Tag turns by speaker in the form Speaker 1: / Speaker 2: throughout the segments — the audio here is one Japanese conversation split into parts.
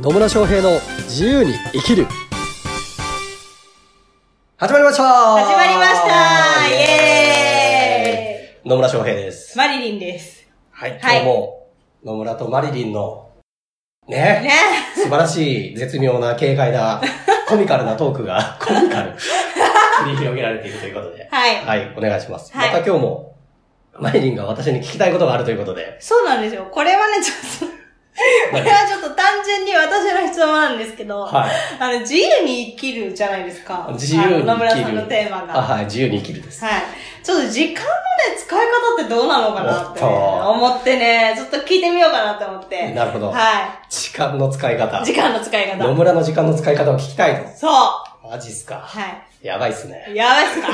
Speaker 1: 野村翔平の自由に生きる始まりました
Speaker 2: 始まりましたイ
Speaker 1: エ
Speaker 2: エ
Speaker 1: ーイ野村翔平です
Speaker 2: ーイ。マリリンです。
Speaker 1: はい、
Speaker 2: は
Speaker 1: 今日
Speaker 2: い
Speaker 1: も野村とマリリンのね
Speaker 2: ね
Speaker 1: 素晴らしい絶妙な軽快 なコミカルなトークが コミカル繰り広げられているということで
Speaker 2: はい。
Speaker 1: はいお願いします、
Speaker 2: はい
Speaker 1: また今日もマリリンが私に聞きたいことがあるということで
Speaker 2: そうなんですよ。これはね、ちょっと、これはちょっと単純に私の質問なんですけど、
Speaker 1: はい
Speaker 2: あの、自由に生きるじゃないですか。
Speaker 1: 自由に生きる
Speaker 2: あの野村さんのテーマが。
Speaker 1: あ
Speaker 2: はい。
Speaker 1: はい自由に生きるです
Speaker 2: ちょっと時間のね、使い方ってどうなのかなってね、
Speaker 1: おっと
Speaker 2: 思ってね、ちょっと聞いてみようかなと思って。
Speaker 1: なるほど
Speaker 2: は
Speaker 1: 時間の使い方
Speaker 2: い。時間の使い
Speaker 1: 野
Speaker 2: 方。
Speaker 1: 村の時間の使い方を聞きたいと
Speaker 2: そう。
Speaker 1: マジっすか
Speaker 2: は
Speaker 1: やばいっすね
Speaker 2: い。やばいっす か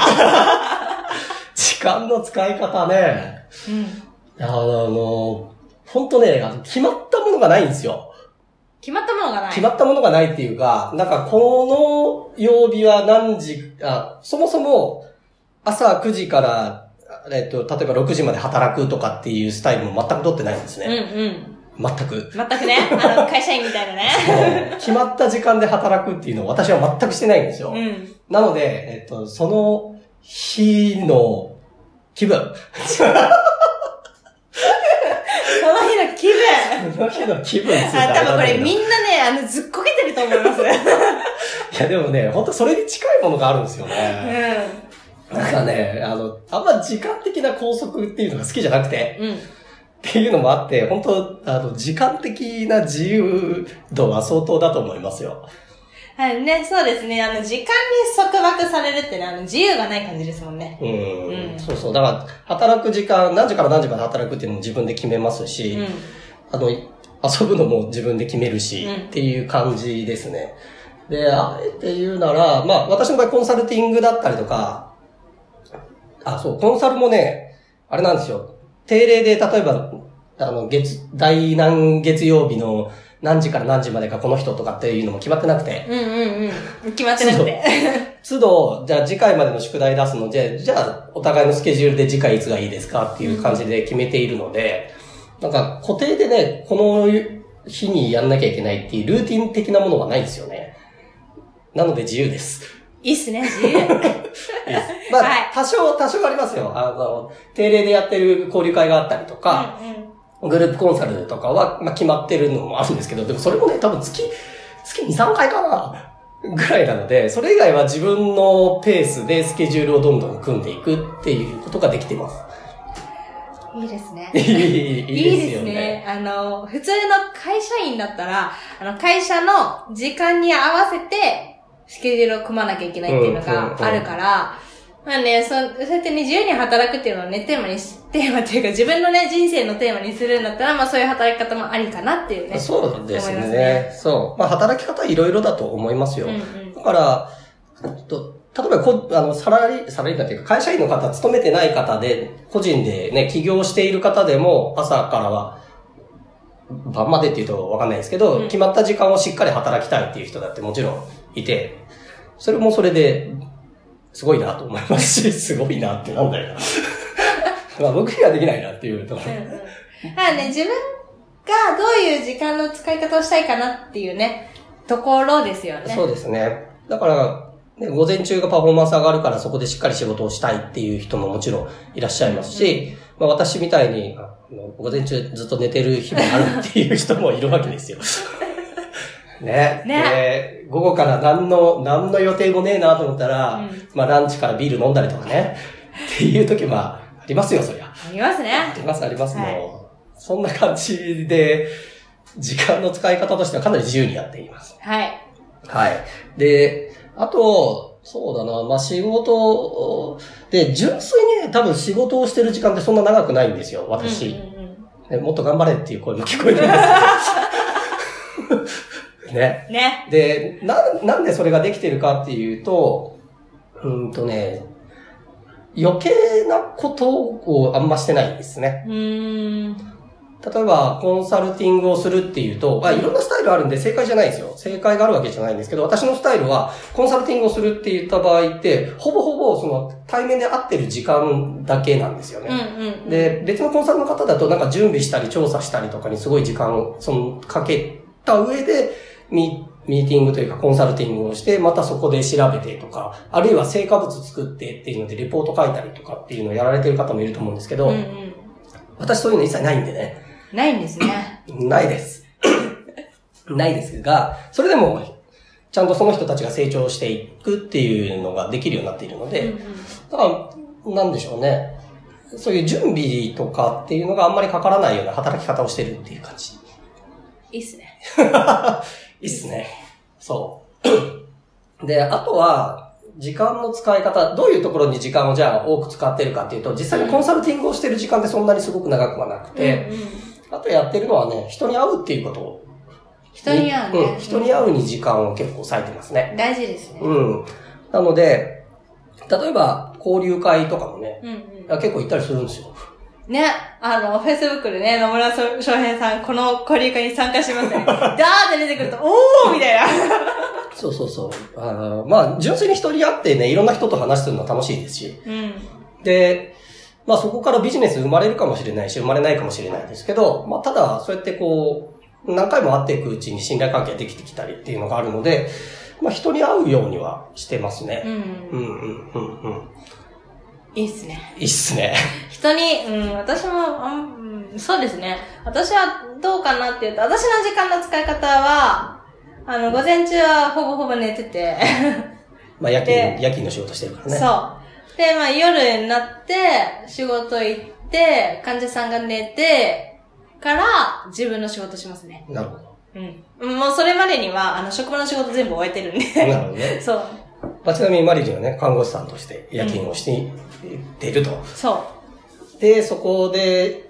Speaker 1: 時間の使い方ね
Speaker 2: うん。
Speaker 1: あのほんとねあの決まったものがないんですよ
Speaker 2: 決まったものがない。
Speaker 1: 決まったものがないっていうか、なんかこの曜日は何時、あ、そもそも朝9時から、あえっと、例えば6時まで働くとかっていうスタイルも全く取ってないんです
Speaker 2: うん
Speaker 1: ね。
Speaker 2: うん。
Speaker 1: 全く。
Speaker 2: 全くね、あの、会社員みたいなね。
Speaker 1: もう決まった時間で働くっていうのを私は全くしてないんですよ。
Speaker 2: うん。
Speaker 1: なので、えっと、その日の気分。
Speaker 2: この日の気分。
Speaker 1: その日の気分っつうと
Speaker 2: あ、
Speaker 1: あ
Speaker 2: 多
Speaker 1: れな
Speaker 2: 分
Speaker 1: ん
Speaker 2: こ
Speaker 1: だけ
Speaker 2: れ
Speaker 1: ど
Speaker 2: みんなね、あの、ずっこけてると思います。
Speaker 1: いやでもね、ほんとそれに近いものがあるんですよ ね。
Speaker 2: う
Speaker 1: なんかね、あの、あんま時間的な拘束っていうのが好きじゃなくて。
Speaker 2: ん。うん。
Speaker 1: っていうのもあって、本当あの、時間的な自由度は相当だと思いますよ。
Speaker 2: はい、ね、そうですね。あの、時間に束縛されるってね、あの、自由がない感じですもんね。
Speaker 1: うん,、
Speaker 2: うん
Speaker 1: そうそう。だから、働く時間、何時から何時まで働くっていうのも自分で決めます
Speaker 2: う
Speaker 1: し、
Speaker 2: ん。
Speaker 1: あの、遊ぶのも自分で決めるし、
Speaker 2: うん
Speaker 1: っていう感じですね。で、あえて言うなら、まあ、私の場合コンサルティングだったりとか、あ、そう、コンサルもね、あれなんですよ。定例で、例えば、あの、月、第何月曜日の何時から何時までかこの人とかっていうのも決まってなくて、
Speaker 2: うんうんうん。決まってなくて。
Speaker 1: 都度、じゃあ次回までの宿題出すので、じゃあお互いのスケジュールで次回いつがいいですかっていう感じで決めているので、なんか固定でね、この日にやんなきゃいけないっていうルーティン的なものはないんですよね。なので自由です。
Speaker 2: いいっすね、自 由。
Speaker 1: まあ、
Speaker 2: はい
Speaker 1: 多少、多少ありますよ。あの、定例でやってる交流会があったりとか、
Speaker 2: うんうん。
Speaker 1: グループコンサルとかは、まあ、決まってるのもあるんですけど、でもそれもね、多分月、月2、3回かなぐらいなので、それ以外は自分のペースでスケジュールをどんどん組んでいくっていうことができてます。
Speaker 2: いいですね。
Speaker 1: いい
Speaker 2: いい
Speaker 1: で
Speaker 2: ですす
Speaker 1: よね。
Speaker 2: ね。あの、普通の会社員だったら、あの、会社の時間に合わせて、スケジュールを組まなきゃいけないっていうの
Speaker 1: うんうんうん
Speaker 2: があるから、まあね、そそうやってね、自由に働くっていうのをね、テーマにし、テーマっていうか、自分のね、人生のテーマにするんだったら、まあそういう働き方もありかなっていうね。
Speaker 1: そうです
Speaker 2: 思います
Speaker 1: ね
Speaker 2: ね。
Speaker 1: そう。まあ、働き方はいろいろだと思いますよ。
Speaker 2: うんうん。
Speaker 1: だから、えっと例えばこ、あの、サラリー、サラリーだっていうか、会社員の方、勤めてない方で、個人でね、起業している方でも、朝からは、晩までっていうとわかんないですけど、
Speaker 2: うん
Speaker 1: 決まった時間をしっかり働きたいっていう人だってもちろんいて、それもそれで、すごいなと思いますし、すごいなってなんだ よな。まあ僕にはできないなっていうとこ
Speaker 2: うん
Speaker 1: ろ。
Speaker 2: うん。だからね、自分がどういう時間の使い方をしたいかなっていうね、ところですよね。
Speaker 1: そうですね。だから、ね、午前中がパフォーマンス上がるからそこでしっかり仕事をしたいっていう人ももちろんいらっしゃいますし、まあ私みたいに、ああの午前中ずっと寝てる日もあるっていう人もいるわけ ですよ。ね。
Speaker 2: ね
Speaker 1: で午後から何の、何の予定もねえなと思ったら、
Speaker 2: うん
Speaker 1: まあランチからビール飲んだりとかね、っていう時はありますよ、そりゃ。
Speaker 2: ありますね
Speaker 1: あ。ります、あります、
Speaker 2: はい
Speaker 1: もう。そんな感じで、時間の使い方としてはかなり自由にやっています。
Speaker 2: はい。
Speaker 1: はい。で、あと、そうだな、まあ、仕事で、純粋にね、多分仕事をしてる時間ってそんな長くないんですよ、私。
Speaker 2: うんうんうん
Speaker 1: ねもっと頑張れっていう声も聞こえるんですけど。ね。
Speaker 2: ね。
Speaker 1: で、な、なんでそれができてるかっていうと、うーんとね、余計なことをあんましてないんですね。
Speaker 2: うーん。
Speaker 1: 例えば、コンサルティングをするっていうと、まあ、いろんなスタイルあるんで正解じゃないですよ。正解があるわけじゃないんですけど、私のスタイルは、コンサルティングをするって言った場合って、ほぼほぼ、その、対面で会ってる時間だけなんですよ
Speaker 2: うん
Speaker 1: ね。
Speaker 2: うんうん。、
Speaker 1: で、別のコンサルの方だと、なんか準備したり調査したりとかにすごい時間を、その、かけた上で、ミミーティングというかコンサルティングをして、またそこで調べてとか、あるいは成果物作ってっていうのでレポート書いたりとかっていうのをやられてる方もいると思うんですけど、
Speaker 2: うんうん。
Speaker 1: 私そういうの一切ないんでね。
Speaker 2: ないんですね。
Speaker 1: ない です。ないですが、それでも、ちゃんとその人たちが成長していくっていうのができるようになっているの
Speaker 2: うんう
Speaker 1: で、
Speaker 2: ん
Speaker 1: だから、なんでしょうね。そういう準備とかっていうのがあんまりかからないような働き方をしてるっていう感じ。
Speaker 2: いいっすね。
Speaker 1: いいっすね。そう。 で、あとは、時間の使い方、どういうところに時間をじゃあ多く使ってるかっていうと、実際にコンサルティングをしてる時間ってそんなにすごく長くはなくて、
Speaker 2: うんう
Speaker 1: あ
Speaker 2: ん、
Speaker 1: とやってるのはね、人に会うっていうことを。
Speaker 2: 人に会うね。
Speaker 1: ん、人に会うに時間を結構割いてますね。
Speaker 2: 大事ですね。
Speaker 1: うん。なので、例えば交流会とかもね、
Speaker 2: うんう
Speaker 1: 結構行ったりするんですよ。
Speaker 2: ん。ね、あの、フェイスブックでね、野村翔平さん、この交流会に参加し ますね。ダーって出てくると、おーみたいな。
Speaker 1: そうそうそう。あのまあ、純粋に人に会ってね、いろんな人と話すのは楽しいですし。
Speaker 2: うん。
Speaker 1: で、まあそこからビジネス生まれるかもしれないし、生まれないかもしれないですけど、まあただ、そうやってこう、何回も会っていくうちに信頼関係できてきたりっていうのがあるので、まあ人に会うようにはしてます
Speaker 2: う。
Speaker 1: ね。うんんうんうんうん。
Speaker 2: いいっすね。
Speaker 1: いいっすね。
Speaker 2: 人に、うん、私も、あんうん、そうですね。私はどうかなっていうと、私の時間の使い方は、あの、午前中はほぼほぼ寝てて、
Speaker 1: まあ夜
Speaker 2: で
Speaker 1: 勤、夜勤の仕事してるからね。
Speaker 2: そう。で、まあ夜になって、仕事行って、患者さんが寝て、から、自分の仕事しますね。
Speaker 1: なるほ
Speaker 2: うん。もうそれまでには、あの、職場の仕事全部終えてる
Speaker 1: ど。
Speaker 2: ん
Speaker 1: な
Speaker 2: で。
Speaker 1: るほどね。
Speaker 2: そう。
Speaker 1: まあ、ちなみにマリリンはね、看護師さんとして夜勤をしていっていると。
Speaker 2: そ
Speaker 1: で、そこで、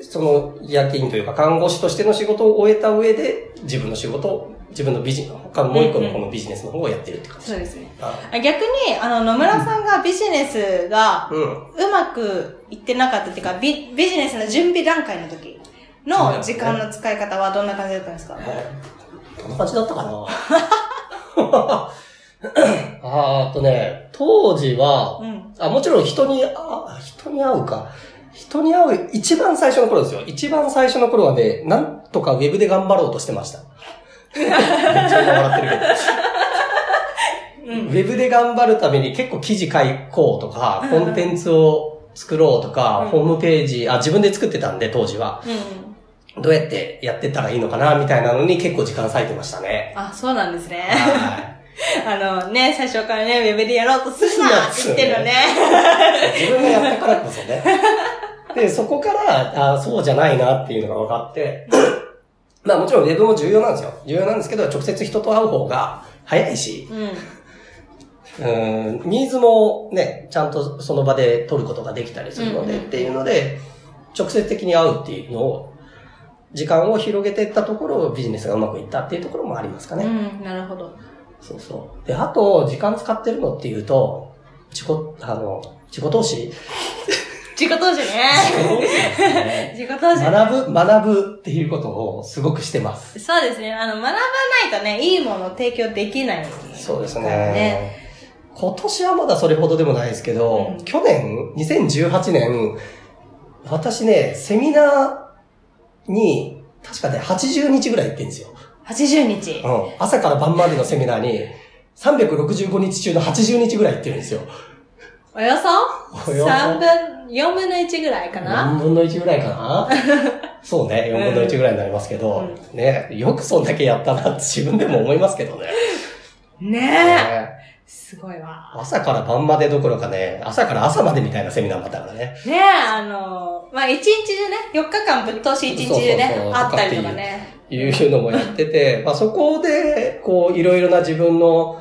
Speaker 1: その夜勤というか看護師としての仕事を終えた上で、自分の仕事を、自分のビジネス、他のもう一個のこのビジネスの方をやってるって感
Speaker 2: う。
Speaker 1: じ。
Speaker 2: そうですね。
Speaker 1: あ
Speaker 2: あ逆に、あの、野村さんがビジネスが、
Speaker 1: うん。
Speaker 2: うまくいってなかったっていうか、ビビジネスの準備段階の時の時間の使い方はどんな感じだったんですか
Speaker 1: どんな感じだったかな あーっとね、当時は、
Speaker 2: うん。
Speaker 1: あ、もちろん人に、あ、人に会うか。人に会う、一番最初の頃ですよ。一番最初の頃はね、なんとかウェブで頑張ろうとしてました。めっちゃ今笑ってるけど。ウェブで頑張るために結構記事書こうとか、
Speaker 2: うん
Speaker 1: コンテンツを作ろうとか、
Speaker 2: うん
Speaker 1: ホームページ、あ、自分で作ってたんで、当時は。
Speaker 2: うん。
Speaker 1: どうやってやってたらいいのかな、みたいなのに結構時間割いてました ね。
Speaker 2: あ、そうなんです ね。
Speaker 1: は
Speaker 2: あのね、最初からね、ウェブでやろうとするなって言ってるのね。
Speaker 1: い自分がやったからこそ ね。で、そこから、あそうじゃないなっていうのが分かって、 まあもちろんウェブも重要なんですよ。重要なんですけど、直接人と会う方が早いし、
Speaker 2: うん。
Speaker 1: うん、ニーズもね、ちゃんとその場で取ることができたりするので、
Speaker 2: うんう
Speaker 1: っ
Speaker 2: ん
Speaker 1: ていうので、直接的に会うっていうのを、時間を広げていったところ、ビジネスがうまくいったっていうところもありますかね。
Speaker 2: うん、なるほど。
Speaker 1: そうそう。で、あと、時間使ってるのっていうと、自己、あの、自己投 資
Speaker 2: 自己投資ね。
Speaker 1: ね
Speaker 2: 自己投資。
Speaker 1: 学ぶ、学ぶっていうことをすごくしてます。
Speaker 2: そうですね。あの、学ばないとね、いいものを提供できない。
Speaker 1: そうですね。
Speaker 2: ね
Speaker 1: 今年はまだそれほどでもないですけど、
Speaker 2: うん
Speaker 1: 去年、2018年、私ね、セミナーに、確かね、80日ぐらい行ってんですよ。
Speaker 2: 80日
Speaker 1: う。ん。朝から晩までのセミナーに、365日中の80日ぐらい行ってるんですよ。
Speaker 2: およそ
Speaker 1: およそ
Speaker 2: ?3 分、4分の1ぐらいかな
Speaker 1: 4分の1ぐらいか なそうね、4分の1ぐらいになりますけど、ね、よくそんだけやったなって自分でも思いますけどね。
Speaker 2: ねえ。
Speaker 1: ね
Speaker 2: すごいわ。
Speaker 1: 朝から晩までどころかね、朝から朝までみたいなセミナーもあったからね。
Speaker 2: ねえ、あの、まあ、1日でね、4日間ぶっ通し1日でね
Speaker 1: そうそうそう、
Speaker 2: あったりとかね。
Speaker 1: いうのもやってて、 まあそこで、こう、いろいろな自分の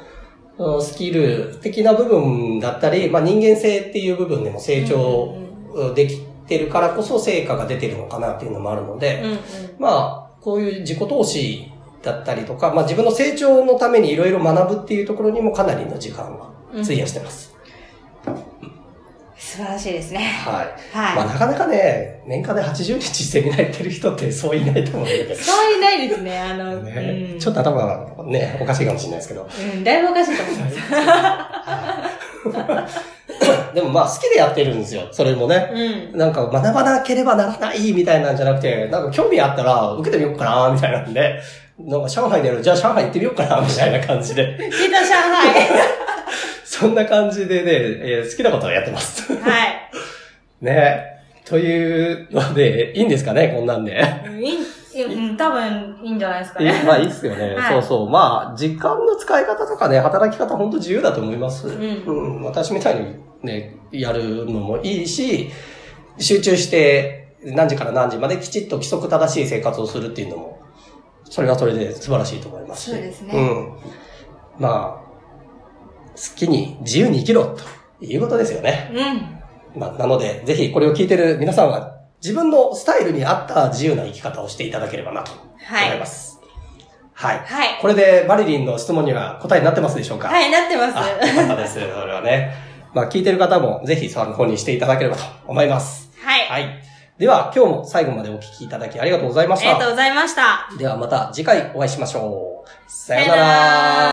Speaker 1: うんスキル的な部分だったり、まあ人間性っていう部分でも成長うんできてるからこそ成果が出てるのかなっていうのもあるので、
Speaker 2: うんうん。
Speaker 1: まあ、こういう自己投資だったりとか、まあ自分の成長のためにいろいろ学ぶっていうところにもかなりの時間は費やしてます。
Speaker 2: 素晴らしいですね。
Speaker 1: はい。まあ
Speaker 2: は
Speaker 1: なかなかね、年間で80日セミナー行ってる人ってそういないと思うんだけ
Speaker 2: い。そういないですね、あの、
Speaker 1: ど、ね
Speaker 2: う、ん
Speaker 1: ちょっと頭がね、おかしいかもしれないですけど。
Speaker 2: うん、だいぶおかしいと思います。
Speaker 1: はいでもまあ好きでやってるんですよ、それもね。
Speaker 2: うん。
Speaker 1: なんか学ばなければならないみたいなんじゃなくて、なんか興味あったら受けてみようかなみたいなんで、なんか上海でやる、じゃあ上海行ってみようかな、みたいな感じで。
Speaker 2: 聞いた上海。
Speaker 1: そんな感じでね、えー好きなことはやってます。
Speaker 2: はい。
Speaker 1: ね。というので、いいんですかね、こんなんで。
Speaker 2: うんいいうん、多分いいんじゃないですか
Speaker 1: い
Speaker 2: ね。
Speaker 1: まあいいっすよね、
Speaker 2: はい
Speaker 1: そうそう。まあ、時間の使い方とかね、働き方本当自由だと思います。
Speaker 2: ん
Speaker 1: ん私みたいにね、やるのもいいし、集中して何時から何時まできちっと規則正しい生活をするっていうのも、それはそれで素晴らしいと思いますし。
Speaker 3: そうですね
Speaker 1: うん。まあ、好きに自由に生きろということですよね。
Speaker 2: うん。
Speaker 1: まあ、なので、ぜひこれを聞いてる皆さんは、自分のスタイルに合った自由な生き方をしていただければなと
Speaker 2: はい
Speaker 1: 思います。はい。
Speaker 2: はい。
Speaker 1: これでマリリンの質問には答えになってますでしょうかい。
Speaker 2: はい、なってま
Speaker 1: あ、
Speaker 2: す。
Speaker 1: よかったです。それはね。まあ、聞いてる方もぜひ参考にしていただければと思います。
Speaker 2: はい。
Speaker 1: はい。では、今日も最後までお聞きいただきありがとうございま
Speaker 2: あ
Speaker 1: し
Speaker 2: りがと
Speaker 1: た。
Speaker 2: うございました。
Speaker 1: ではまた次回お会いしましょう。さよ
Speaker 2: さよ
Speaker 1: な
Speaker 2: な
Speaker 1: ら
Speaker 2: ら。